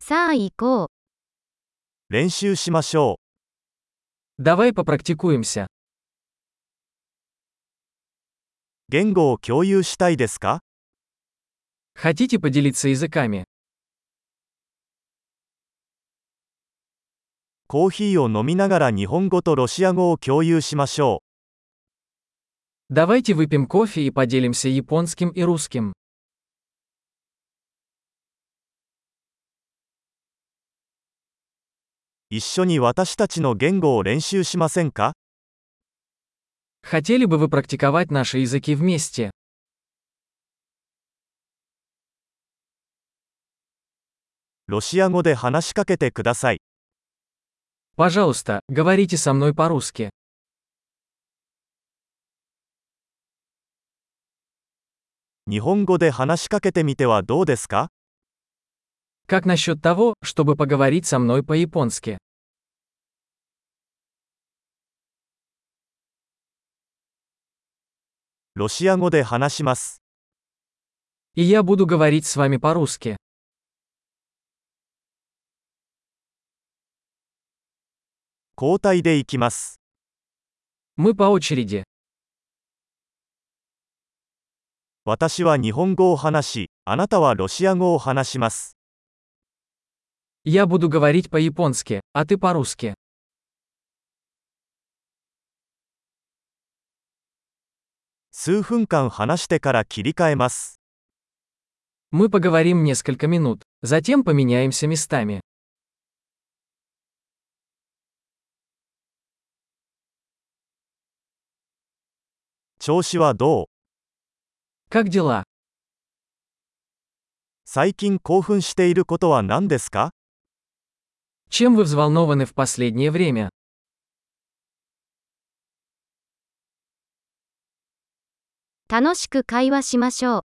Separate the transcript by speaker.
Speaker 1: さあ行こう。
Speaker 2: 練習しましょ
Speaker 3: Давай попрактикуемся.
Speaker 2: う。言語を共有したいですか
Speaker 3: Хотите поделиться языками?
Speaker 2: コーヒーを飲みながら日本語とロシア語を共有しましょ
Speaker 3: Давайте выпьем кофе и поделимся японским и русским.
Speaker 2: う。一緒に私たちの言語を練習しませんか
Speaker 3: Хотели бы вы практиковать наши языки вместе?
Speaker 2: ロシア語で話しかけてください。
Speaker 3: Пожалуйста, говорите со мной по-русски.
Speaker 2: 日本語で話しかけてみてはどうですか
Speaker 3: Как насчет того, чтобы поговорить со мной по-японски?
Speaker 2: ロシア語で話します。
Speaker 3: И я буду говорить с вами по-русски.
Speaker 2: 交代で行きます。
Speaker 3: Мы по очереди.
Speaker 2: 私は日本語を話し、あなたはロシア語を話します。
Speaker 3: Я буду говорить по-японски, а ты по-русски.
Speaker 2: 数分間話してから切り替えます。
Speaker 3: Мы поговорим несколько минут, затем поменяемся местами.
Speaker 2: 調子はどう
Speaker 3: Как дела?
Speaker 2: 最近興奮していることは何ですか
Speaker 3: Чем вы взволнованы в последнее время?
Speaker 1: 楽しく会話しましょう。